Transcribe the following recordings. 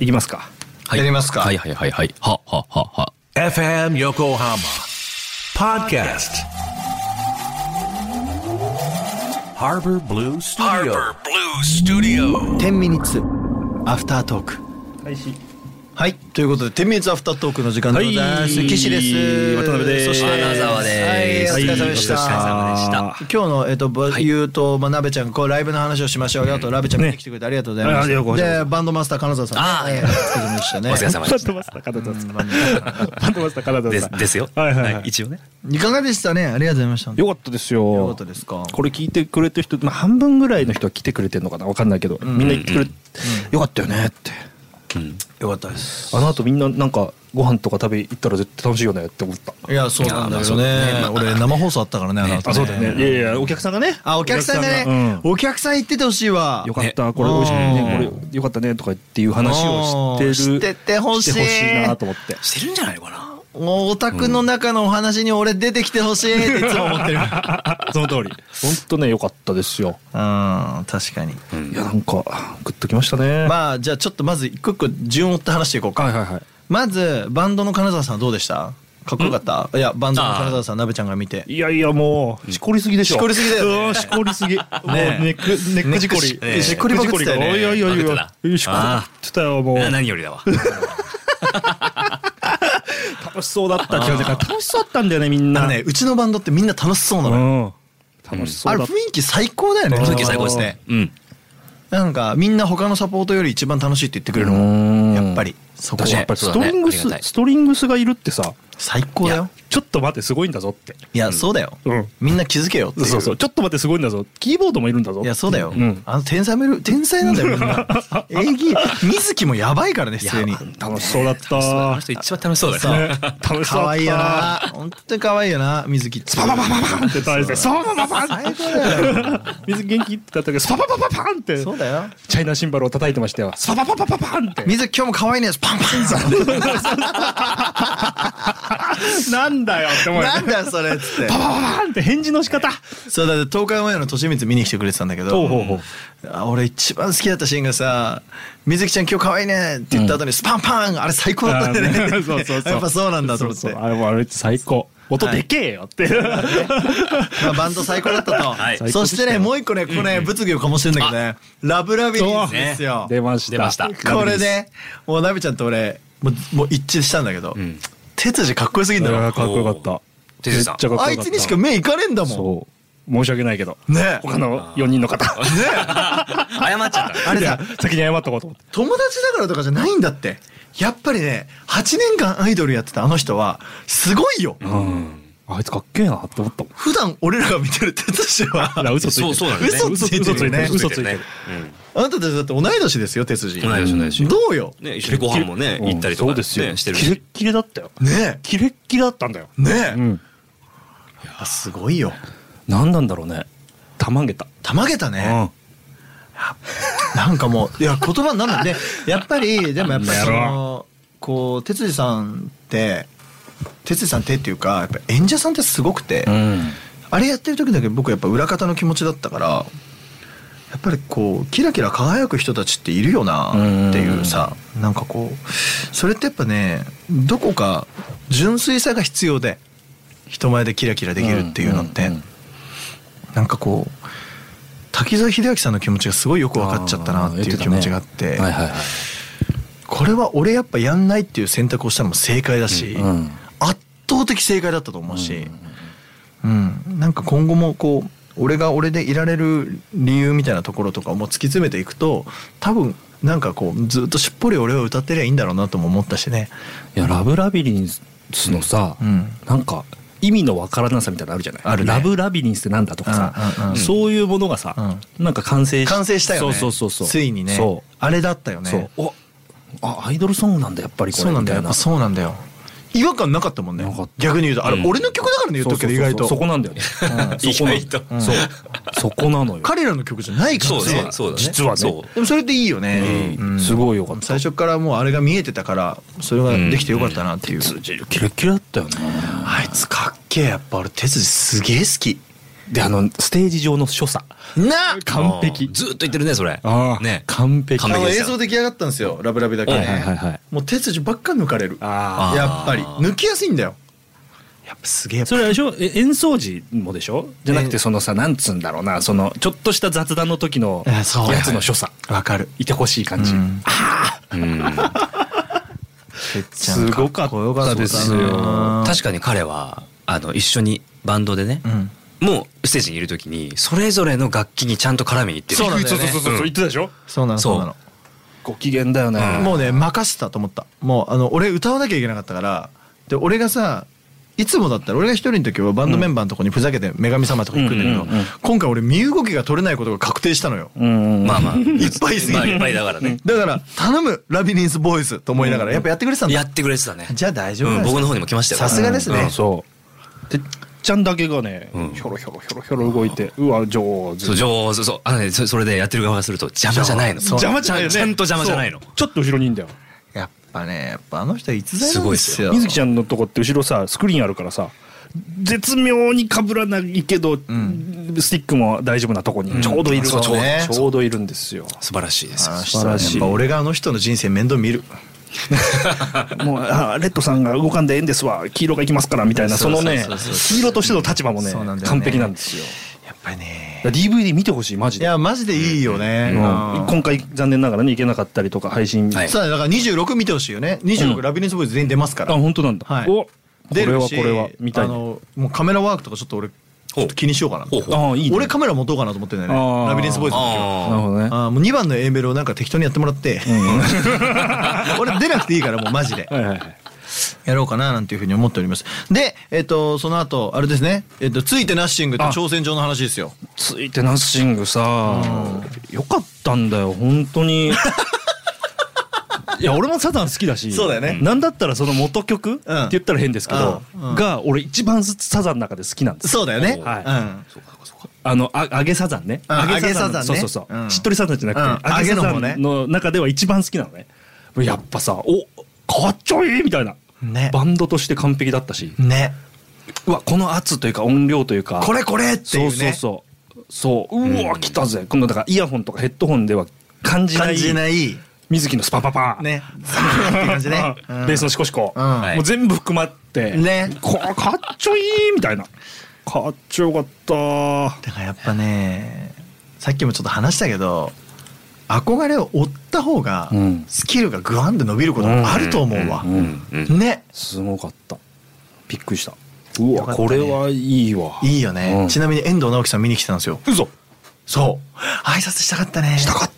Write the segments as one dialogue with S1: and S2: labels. S1: いきますか
S2: はい、
S3: やりますか
S2: はいはいはいはい。は、は、は、は。
S4: FM Yokohama Podcast Harbor Blue Studio
S3: 10ミニッツアフタートーク
S1: 開始
S3: はいということで10ミニッツアフタートークの時間でございます、
S1: はい
S3: 岸です
S1: 渡辺です
S3: そして
S1: 花
S2: 澤です
S3: はい、お疲れ様でした、
S1: はいお疲れ様でした
S3: 今日の、えっとば
S2: い
S3: 言うと、まあ、鍋ちゃんこうライブの話をしましょうよと、鍋ちゃん見てきてくれてありがとうございま
S1: ありがとうご
S3: し
S1: ざい
S3: た、
S1: ま
S3: でバンドマスター金沢さん
S2: あー
S3: はいお疲れ様でしたね
S2: お疲れ様
S1: パ
S2: で
S1: ッ
S2: した。
S1: とマスター金沢さんパッとマスター金沢
S2: で
S1: さ
S2: す
S1: ん
S2: ですよ。
S1: はいはいはい
S2: 一応ね。
S3: いかがでしたねありがとうございました
S1: よかったですよ
S3: よかったですか
S1: これ聞いてくれてる人、まあ、半分ぐらいの人は来てくれてるのかなわかんないけど、みんな言ってくれ、よかったよねって
S3: よかったです
S1: あの後みんななんかご飯とか食べ行ったら絶対楽しいよねって思った
S3: いやそうなんだけどね
S2: いやまあそうだね
S3: 俺生放送あったからねあの後
S1: あそうだよねいやいやお客さんがね
S3: あお客さんがねお客さん,、
S1: うん
S3: 行っててほしいわ
S1: よかったこれ美味しいね
S3: うん
S1: これよかったねとかっていう話をしてる
S3: うんしててほしい
S1: してほしいなと思って
S2: してるんじゃないかな。
S3: もうオタクの中のお話に俺出てきてほしいっていつも思ってる
S1: そ の通り本当ね良かったですよ
S3: うん確かに
S1: いやなんかグッときましたね
S3: まあじゃあちょっとまず一個一個順を追って話していこうか、
S1: はいはいはい
S3: まずバンドの金沢さんはどうでしたかっこよかったいやバンドの金沢さんなべちゃんが見て
S1: いやいやもうしこりすぎでしょ
S3: しこりすぎだよね
S1: うんしこりすぎもうネックネックしこり
S3: ねしこりまくってたよね
S1: いやいやいやい
S2: まく
S1: や
S2: ってた
S1: いやしこりまくってたよもう
S2: 何よりだわ。
S1: 楽しそうだった違う違う楽しそうだったんだよねみんな
S3: あのねうちのバンドってみんな楽しそうな
S1: う
S3: のよ
S1: ん楽しそ
S3: あ
S1: う
S3: れ
S1: だっ
S3: 雰囲気最高だよね
S1: 雰囲
S2: 気最高ですね。うん。
S3: なんかみんな他のサポートより一番楽しいって言ってくれる
S1: う
S3: の
S1: ん
S3: やっぱりそこ
S1: た
S3: は
S1: しやっぱりストリング
S2: そ
S1: ス
S2: うだねありがたい
S1: ストリングスがいるってさ
S3: 最高だよ
S1: ちょっと待ってすごいんだぞって
S3: いやそうだよ
S1: うん
S3: みんな気づけよってい
S1: そうそうちょっと待ってすごいんだぞキーボードもいるんだぞ
S3: いやそうだよ、
S1: ん
S3: あの天才もいる天才なんだよみ んな演技水木もやばいからね普通に
S1: 楽しそうだっ
S2: あ
S1: た
S2: の人一番楽しそうだ
S3: そう
S2: ね。
S1: 楽しそう
S3: 可
S1: だ
S3: 愛い
S1: っ
S3: よ
S1: た
S3: な本当に可愛いよな水木スパパパパパ
S1: パンって大してそうパパパン
S3: 最高だよ
S1: 水元気ってだったけどスパパパパパンって
S3: そうだよ
S1: チャイナシンバルを叩いてましたよスパパパパパパ ンって
S3: 水木今日も可愛いねパンパン
S1: なんだよって思うよね
S3: なんだよそれっつって
S1: パパパパンって返事の仕方
S3: そうだって東海オンエアのとしみつ見に来てくれてたんだけど
S1: ほうほうほう
S3: あ俺一番好きだったシーンがさ「水木ちゃん今日可愛いね」って言った後に「スパンパンあれ最高だったんだよね
S1: あーそうそうそう
S3: やっぱそうなんだと思って
S1: そうそうあれもあれ最高音でけえよって
S3: まあ、バンド最高だったと、
S2: はい
S3: そしてねもう一個ねここね物議を醸してんだけどね、ラブラビリンスですよ、
S1: 出ました
S2: 出ました
S3: これねもうナビちゃんと俺もうもう一致したんだけど、
S2: ん
S3: 哲司かっこよすぎんだ
S1: か
S3: ろ
S1: っこよかった
S2: てつじさん
S1: めっちゃかっこよか
S3: あ
S1: った
S3: いつにしか目いかねえんだもん
S1: そう申し訳ないけど
S3: ね
S1: 他の4人の方
S2: 謝っちゃっ
S3: あれさ
S1: 先に謝っとこうと思って
S3: 友達だからとかじゃないんだってやっぱりね8年間アイドルやってたあの人はすごいよ、
S1: あいつかっけえなと思ったもん
S3: 普段俺らが見てる哲司
S1: あ
S3: は
S1: ら嘘
S2: た。
S1: ついて
S2: そ
S1: る
S2: う、そうなんだよね。
S3: 嘘ついてるよね
S2: 嘘ついてるね。
S3: あなたたちだって同い年ですよ哲司
S2: うん。同い年同い年。
S3: どうよ
S2: ね、一緒にご飯もね、行ったりと
S1: そ
S2: か
S1: う
S2: ね
S1: ですよ
S2: してる
S1: キレ
S2: し
S1: ッ。キレだったよ
S3: ね
S1: キレッキレだったんだよ
S3: えねえ、
S1: ん
S3: やっぱすごいよ
S1: 何なんだろうねたまげた
S3: たまげたね、なんかもういや言葉になんないねやっぱりでもやっぱりそ
S1: や
S3: のこう哲司さんって哲司さんってっていうかやっぱ演者さんってすごくて、
S1: ん
S3: あれやってる時だけ僕やっぱ裏方の気持ちだったからやっぱりこうキラキラ輝く人たちっているよなっていうさなんかこうそれってやっぱねどこか純粋さが必要で人前でキラキラできるっていうのって、
S1: うんうんうん
S3: なんかこう滝沢秀明さんの気持ちがすごいよく分かっちゃったなっていう気持ちがあって
S1: はいはいはい
S3: これは俺やっぱやんないっていう選択をしたのも正解だし、
S1: うんうん
S3: 圧倒的正解だったと思うし、うんなんか今後もこう俺が俺でいられる理由みたいなところとかをもう突き詰めていくと多分なんかこうずっとしっぽり俺を歌ってりゃいいんだろうなとも思ったしね。
S1: いやラブラビリンスのさ、
S3: うん
S1: なんか意味のわからなさみたいなのあるじゃない
S3: あるね
S1: ラブラビリンスってなんだとかさ、
S3: うんうんうん
S1: そういうものがさ、なんか完成し
S3: 完成したよね
S1: そうそうそうそう
S3: ついにね
S1: そう
S3: あれだったよね
S1: そうおあアイドルソングなんだやっぱりこれ
S3: そうなんだよ
S1: みた
S3: やっ
S1: い
S3: ぱそうなんだよ違和感なかったもんね
S1: なかった
S3: 逆に言うとあれ、
S2: うん
S3: 俺の曲だからね言っとくけど意外と
S1: そうそうそうそこなんだよね、
S2: 意外と。
S1: そうそこなのよ
S3: 彼らの曲じゃないから
S2: そう
S3: ね
S2: だね。そうだね。
S1: 実はね
S2: そう
S3: でもそれでいいよね、うん
S1: すごいよかった
S3: 最初からもうあれが見えてたからそれができてよかったなっていう、
S1: キレッキレだったよね
S3: あいつかっけえやっぱ俺哲司すげえ好き
S1: であのステージ上の所作
S3: な
S1: 完璧
S2: ずーっと言ってるねそれ
S1: ああ
S2: ね
S1: 完璧
S2: 完
S3: あ
S2: 璧
S3: の
S2: で
S3: 映
S2: す
S3: 像出来上がったんですよラブラブだけ、ね
S1: はいはいはい
S3: もう手筋ばっか抜かれる
S1: あ
S2: ー
S3: やっぱり抜きやすいんだよやっぱすげえ
S1: それあれでしょえ演奏時もでしょじゃなく
S3: え
S1: てそのさなんつうんだろうなそのちょっとした雑談の時のやつの所作
S3: わかる
S1: いてほしい感じ、
S3: うん
S2: うん
S1: すごかったですよ
S2: 確かに彼はあの一緒にバンドでね
S3: うん
S2: もうステージにいるときにそれぞれの楽器にちゃんと絡みに行ってる
S3: そうなんだよね
S2: うん
S1: ってたでしょ
S3: そうなのそうなの
S1: ご機嫌だよね、
S2: うん
S1: も
S3: もうね任せたと思ったもうあの俺歌わなきゃいけなかったからで俺がさいつもだったら俺が一人の時はバンドメンバーのとこにふざけて女神様とか行くんだけど、
S1: うんうんうんうん
S3: 今回俺身動きが取れないことが確定したのよ、
S1: う、うん
S2: まあまあ
S3: いっぱいすぎる
S2: まあいっぱいだからね
S3: だから頼むラビリンスボーイスと思いながらやっぱやってくれてたんだ、
S2: やってくれてたね
S3: じゃあ大丈夫
S2: う
S3: なん
S2: ん
S3: です
S2: 僕の方にも来ましたよ
S3: さすがですね
S2: うん
S1: そうてっちゃんだけがね、
S2: うん
S1: ひょろひょろひょろひょろ動いてうわ上手
S2: そう上手そうあのねそそれでやってる側がすると邪魔じゃないの
S3: そう
S1: 邪魔じゃないよね
S2: ちゃんと邪魔じゃないの
S1: そうちょっと後ろにいんだよ
S3: やっぱねやっぱあの人は逸材なんですよ
S1: 水木ちゃんのとこって後ろさスクリーンあるからさ絶妙に被らないけど、スティックも大丈夫なとこにちょうどいるの、
S3: そうそうね
S1: ちょうどいるんですよ
S2: 素晴らしいです
S3: あの人
S1: 素晴
S3: は
S1: ら
S3: ねや
S1: しい
S3: っぱ俺があの人の人生面倒見る
S1: もうあレッドさんが動かんでええんですわ黄色がいきますからみたいな
S3: そ
S1: そう
S3: そう
S1: の
S3: そう
S1: ね
S3: そうそう
S1: 黄色としての立場もね
S3: そうなんだよね
S1: 完璧なんですよ
S3: やっぱりね
S1: だから DVD 見てほしいマジ
S3: い
S1: で、
S3: やマジでいいよね、
S1: うん
S3: うん
S1: 今回残念ながらねいけなかったりとか配信、
S2: はい
S3: さあだから26見てほしいよね26、
S1: うん
S3: ラビリンスボーイズ全員出ますか
S1: あ
S3: ら
S1: 本当なんだ、
S3: はい
S1: おこ
S3: 出
S1: れ
S3: る
S1: はこ
S3: し
S1: れは見たい
S3: あ
S1: ね、
S3: のもうカメラワークとかちょっと俺ちょっと気にしようかな
S2: ほうほう
S1: ああいいね
S3: 俺カメラ持とうかなと思ってんだよ
S1: あ
S3: ね
S1: あ
S3: ラビリンスボーイズの時は
S1: なるほ
S2: あ
S1: どね
S3: ああもう2番の A メロをなんか適当にやってもらって、 俺出なくていいからもうマジで
S1: はいはいはい
S3: やろうかななんていうふうに思っておりますでえっ、とその後あれですね、えっとついてナッシングって
S1: あ
S3: 挑戦状の話ですよ
S1: ついてナッシングさ、よかったんだよ本当にいや俺もサザン好きだし
S3: そうだよね
S1: なんだったらその元曲、って言ったら変ですけど、
S3: うんうん
S1: が俺一番サザンの中で好きなんです
S3: そうだよね、
S1: はい
S3: うん
S1: あのあ揚げサザンね
S3: うん揚げサザンね
S1: そうそうそう、
S3: うん
S1: しっとりサザンじゃなくて、
S3: うん
S1: 揚げサ
S3: 揚げの方
S1: ザ
S3: ね
S1: ンの中では一番好きなのねやっぱさおかっちょいいみたいな、
S3: ね
S1: バンドとして完璧だったし、
S3: ね
S1: うわこの圧というか音量というか
S3: これこれっていう
S1: そ
S3: ね
S1: うそうそうそううわ来たぜ今度だからイヤホンとかヘッドホンでは感じな
S3: 感
S1: い
S3: じない
S1: 水木のスパパパン
S3: ねって感じ ね、うん
S1: ベースのシコシコ、
S3: うん
S1: もう全部含まって、
S3: ね
S1: こかっちょいいみたいなかっちょよかった
S3: だからやっぱねさっきもちょっと話したけど憧れを追った方が
S1: うん
S3: スキルがグワンで伸びることもあると思うわ、
S2: あうんうん
S3: ね
S1: すごかったびっくりしたう
S3: よ
S1: わ
S3: かった
S1: こ
S3: ね
S1: れはいいわ
S3: いいよね、
S1: うん
S3: ちなみに遠藤直樹さん見に来てたんですよ
S1: 嘘
S3: そう挨拶したかったね
S1: したかった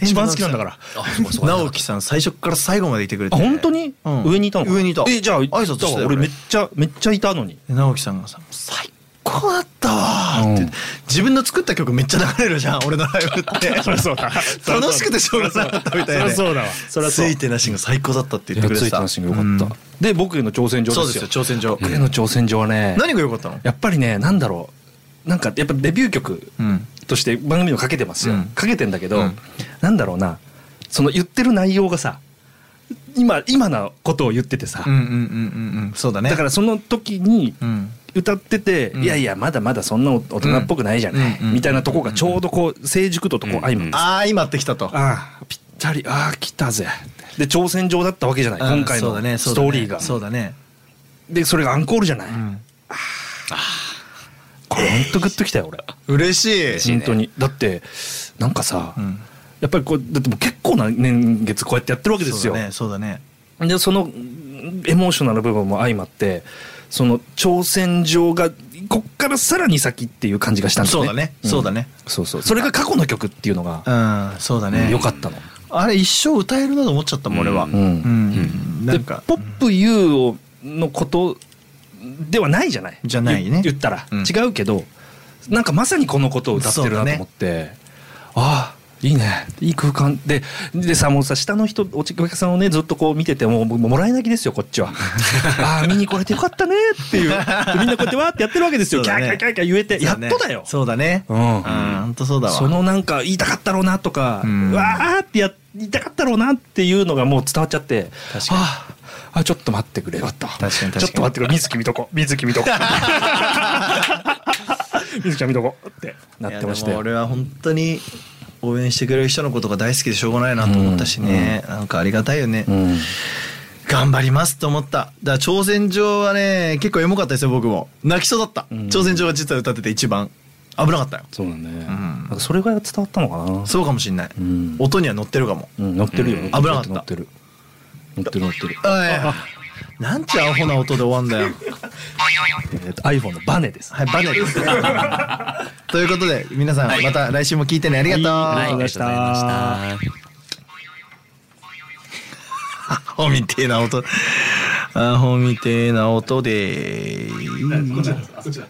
S1: 一番好きなんだから
S2: あそうかそうか
S3: 直樹さん最初から最後までいてくれて
S1: あ本当に、
S3: うん
S1: 上にいたのか
S3: 上にいた
S1: えじゃあ
S3: 挨拶したよ
S1: 俺めっちゃめっちゃいたのに
S3: で直樹さんがさ「最高だったわ」って、
S1: うん
S3: 自分の作った曲めっちゃ流れるじゃん俺のライブっ て
S1: そりゃそうだ
S3: 楽しくてしょうがなかったみたいで
S1: そりゃそうだわそりゃそう
S3: ついてなしが最高だったって言ってくれ
S1: つ
S3: て
S1: い
S3: た
S1: たシングよかった、で僕への挑戦状で
S3: うん
S1: すよ
S3: そうですよ挑戦状
S1: 僕への挑戦状はね
S3: 何が良かったの
S1: やっぱりねなんだろうなんかやっぱデビュー曲
S3: うん
S1: として番組をかけてますよ、
S3: うん
S1: かけてんだけど、
S3: うん
S1: なんだろうなその言ってる内容がさ今今のことを言っててさ、
S3: うんうんうんうんうんそうだね
S1: だからその時に
S3: うん
S1: 歌ってて、
S3: ん
S1: いやいやまだまだそんな大人っぽくないじゃない、
S3: うんうん
S1: みたいなとこがちょうどこう成熟度とこう相まって
S3: ああ今ってきたと
S1: ああぴったりああ来たぜで挑戦状だったわけじゃない今回
S3: うんそう
S1: の
S3: だね
S1: ストーリーが
S3: そうだね
S1: でそれがアンコールじゃない、
S3: そうだね
S1: これほんとグッときたよ俺
S3: うん嬉しい
S2: いね
S1: 本当にだってなんかさ、
S3: うん
S1: やっぱりこうだってもう結構な年月こうやってやってるわけです
S3: そう
S1: よ
S3: だねそうだね
S1: でそのうんエモーショナル部分も相まってその挑戦状がこっからさらに先っていう感じがしたんですね
S3: そうだね
S1: ん
S3: そうだね
S1: そうそうそれが過去の曲っていうのが
S3: うんそうだね
S1: 良かったの、
S3: あれ一生歌えるなと思っちゃったもん俺は
S2: うん
S3: うんな
S1: で
S3: んか
S1: ポップ U をのことではないじゃない
S3: じゃないね
S1: 言言ったら、
S3: うん
S1: 違うけどなんかまさにこのことを歌ってるなと思って、ああいいねいい空間ででさもうさ下の人お客さんをねずっとこう見ててもうもうもらい泣きですよこっ ちはああ見に来れてよかったねっていうでみんなこうやってわーってやってるわけですよ、
S3: そう
S1: キャ
S3: だ
S1: ー
S3: ね
S1: キャーキャーキャー言えて、やっとだよ
S3: そうだね
S1: う
S3: うん
S1: ん
S3: 本当そうだわ
S1: そのなんか言いたかったろうなとか、
S3: うん
S1: わーってや言いたかったろうなっていうのがもう伝わっちゃって
S3: 確かに
S1: あああちょっと待ってくれよと
S3: 確かに確かに
S1: ちょっと待ってくれ水木見とこ水木見とこ水木ちゃん見とこってなってまし
S3: い
S1: て
S3: やでも俺は本当に応援してくれる人のことが大好きでしょうがないなと思ったしね、なんかありがたいよね、
S1: うん
S3: 頑張りますと思っただから挑戦状はね結構エモかったですよ僕も泣きそうだった、
S1: ん
S3: 挑戦状が実は歌ってて一番危なかったよ
S1: そうだね、
S3: ん
S1: なんかそれぐらいが伝わったのかな
S3: そうかもしんない、
S1: ん
S3: 音には乗ってるかも、
S1: うん、乗ってるよ、
S3: うん危なかった
S1: 乗ってる乗ってる乗ってる
S3: おいなんちゅうアホな音で終わんだよ
S1: えーと iPhone のバネです
S3: はい バネですということで皆さんまた来週も聞いてねありがとう、
S1: はいありがとうございました
S2: ありがとうございました
S3: アホみてえな音アホみてえな音でー
S1: こっちだこっちだ